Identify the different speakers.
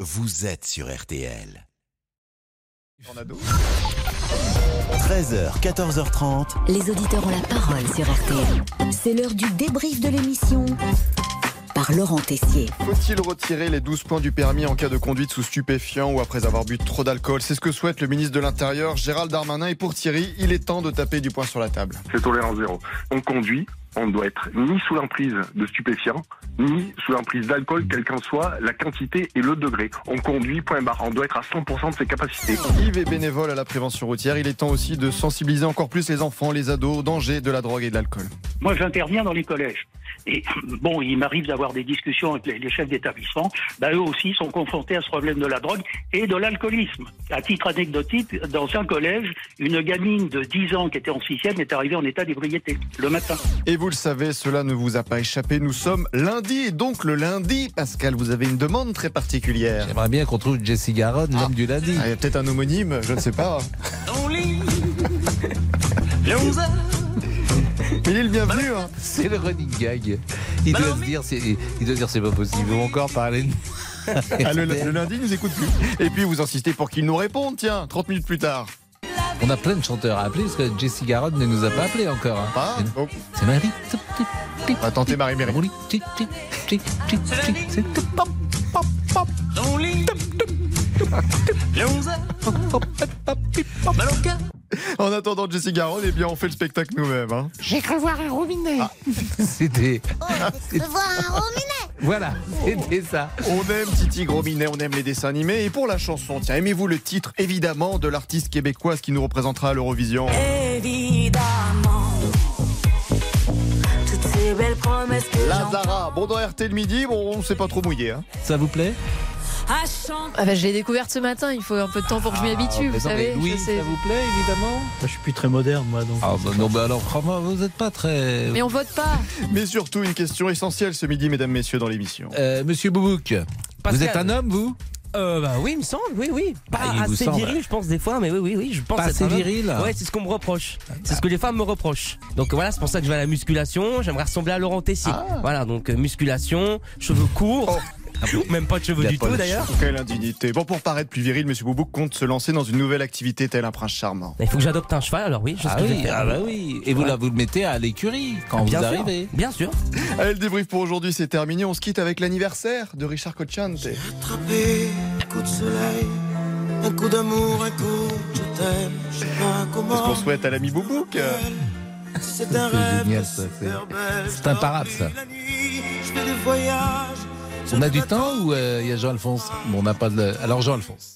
Speaker 1: vous êtes sur RTL.
Speaker 2: Tornado.
Speaker 1: 13h, 14h30.
Speaker 3: Les auditeurs ont la parole sur RTL. C'est l'heure du débrief de l'émission par Laurent Tessier.
Speaker 2: Faut-il retirer les 12 points du permis en cas de conduite sous stupéfiant ou après avoir bu trop d'alcool C'est ce que souhaite le ministre de l'Intérieur Gérald Darmanin. Et pour Thierry, il est temps de taper du poing sur la table.
Speaker 4: c'est tolérance zéro. On conduit, on ne doit être ni sous l'emprise de stupéfiants, ni sous l'emprise d'alcool, quelle qu'en soit la quantité et le degré. On conduit, point barre, on doit être à 100% de ses capacités.
Speaker 2: Yves est bénévole à la prévention routière. Il est temps aussi de sensibiliser encore plus les enfants, les ados au danger de la drogue et de l'alcool.
Speaker 5: Moi, j'interviens dans les collèges. Et bon, il m'arrive d'avoir des discussions avec les les chefs d'établissement. Bah, eux aussi sont confrontés à ce problème de la drogue et de l'alcoolisme. À titre anecdotique, dans un collège, une gamine de 10 ans qui était en sixième est arrivée en état d'ébriété le matin.
Speaker 2: Et vous le savez, cela ne vous a pas échappé. Nous sommes lundi. Et donc le lundi, Pascal, vous avez une demande très particulière.
Speaker 6: J'aimerais bien qu'on trouve Jesse Garonne, l'homme du lundi.
Speaker 2: Ah, il y a peut-être un homonyme, je ne sais pas. Mais il est le bienvenu. hein.
Speaker 6: C'est le running gag. Il
Speaker 2: Bah
Speaker 6: doit se dire, c'est, il doit se dire, c'est pas possible. Ils vont encore parler de moi.
Speaker 2: Ah, le, le lundi, il nous écoute plus. Et puis vous insistez pour qu'il nous réponde, tiens, 30 minutes plus tard.
Speaker 6: On a plein de chanteurs à appeler parce que Jesse Garonne ne nous a pas appelés encore. hein.
Speaker 2: Ah, bon,
Speaker 6: C'est Marie.
Speaker 2: on va tenter Marie-Méry.
Speaker 6: C'est pop, pop, pop.
Speaker 2: En attendant Jesse Garonne, eh bien on fait le spectacle nous-mêmes. hein.
Speaker 7: J'ai cru voir un robinet.
Speaker 6: C'était.
Speaker 7: voir un robinet.
Speaker 6: Voilà, c'était ça.
Speaker 2: On aime Titi Grominet, on aime les dessins animés. Et pour la chanson, tiens, aimez-vous le titre évidemment de l'artiste québécoise qui nous représentera à l'Eurovision
Speaker 3: Eh,
Speaker 8: Évidemment, toutes ces belles promesses que
Speaker 2: Lazara. Bon, dans RT le midi, bon, on s'est pas trop mouillé. hein.
Speaker 6: Ça vous plaît
Speaker 8: à chanter.
Speaker 9: Ah bah, je l'ai découverte ce matin, il faut un peu de temps pour que je m'y habitue,
Speaker 6: Ah,
Speaker 9: vous
Speaker 6: mais non, mais
Speaker 9: savez.
Speaker 6: Louis,
Speaker 9: je sais.
Speaker 6: ça vous plaît, évidemment
Speaker 10: Je suis plus très moderne, moi, donc.
Speaker 6: Ah, bah, non, bah alors, franchement, vous n'êtes pas très.
Speaker 9: Mais on vote pas.
Speaker 2: Mais surtout, une question essentielle ce midi, mesdames, messieurs, dans l'émission.
Speaker 6: Euh, Monsieur Boubouk, vous
Speaker 10: Pascal.
Speaker 6: êtes un homme, vous
Speaker 10: Euh, bah oui, il me semble, oui, oui. Pas
Speaker 6: Ah, il vous
Speaker 10: Bah, assez
Speaker 6: semble.
Speaker 10: viril, je pense, des fois, mais oui, oui, oui, je pense.
Speaker 6: Pas
Speaker 10: être
Speaker 6: assez
Speaker 10: un homme.
Speaker 6: viril Ah, bah.
Speaker 10: Ouais, c'est ce qu'on me reproche. C'est ce que les femmes me reprochent. Donc voilà, c'est pour ça que je vais à la musculation. J'aimerais ressembler à Laurent Tessier.
Speaker 6: Ah.
Speaker 10: Voilà, donc euh, musculation, cheveux courts. Ah Même pas
Speaker 6: Oh.
Speaker 10: de
Speaker 6: Il
Speaker 10: cheveux
Speaker 6: a
Speaker 10: du
Speaker 6: pas
Speaker 10: tout
Speaker 6: le
Speaker 10: d'ailleurs.
Speaker 2: Quelle indignité. Bon, pour paraître plus viril, Monsieur Boubouk compte se lancer dans une nouvelle activité tel un prince charmant.
Speaker 10: Il faut que j'adopte un cheval, alors oui, je sais
Speaker 6: Ah
Speaker 10: ce que je vais
Speaker 6: oui,
Speaker 10: faire.
Speaker 6: ah bah oui. Et vous, là, vous le mettez à l'écurie quand
Speaker 10: bien
Speaker 6: vous
Speaker 10: sûr,
Speaker 6: arrivez.
Speaker 10: Bien sûr.
Speaker 2: Allez, le débrief pour aujourd'hui, c'est terminé. On se quitte avec l'anniversaire de Richard Cochante.
Speaker 8: Attraper un coup de soleil, un coup d'amour, un coup de je t'aime. Je sais pas
Speaker 2: C'est ce
Speaker 6: Oh.
Speaker 8: comment.
Speaker 2: qu'on souhaite à l'ami Boubouk.
Speaker 8: C'est un
Speaker 6: C'est
Speaker 8: rêve.
Speaker 6: génial, ça, c'est- c'est imparable, ça.
Speaker 8: Je fais des voyages.
Speaker 6: On a du temps ou euh, il y a Jean-Alphonse Bon, on n'a pas de. Alors, Jean-Alphonse.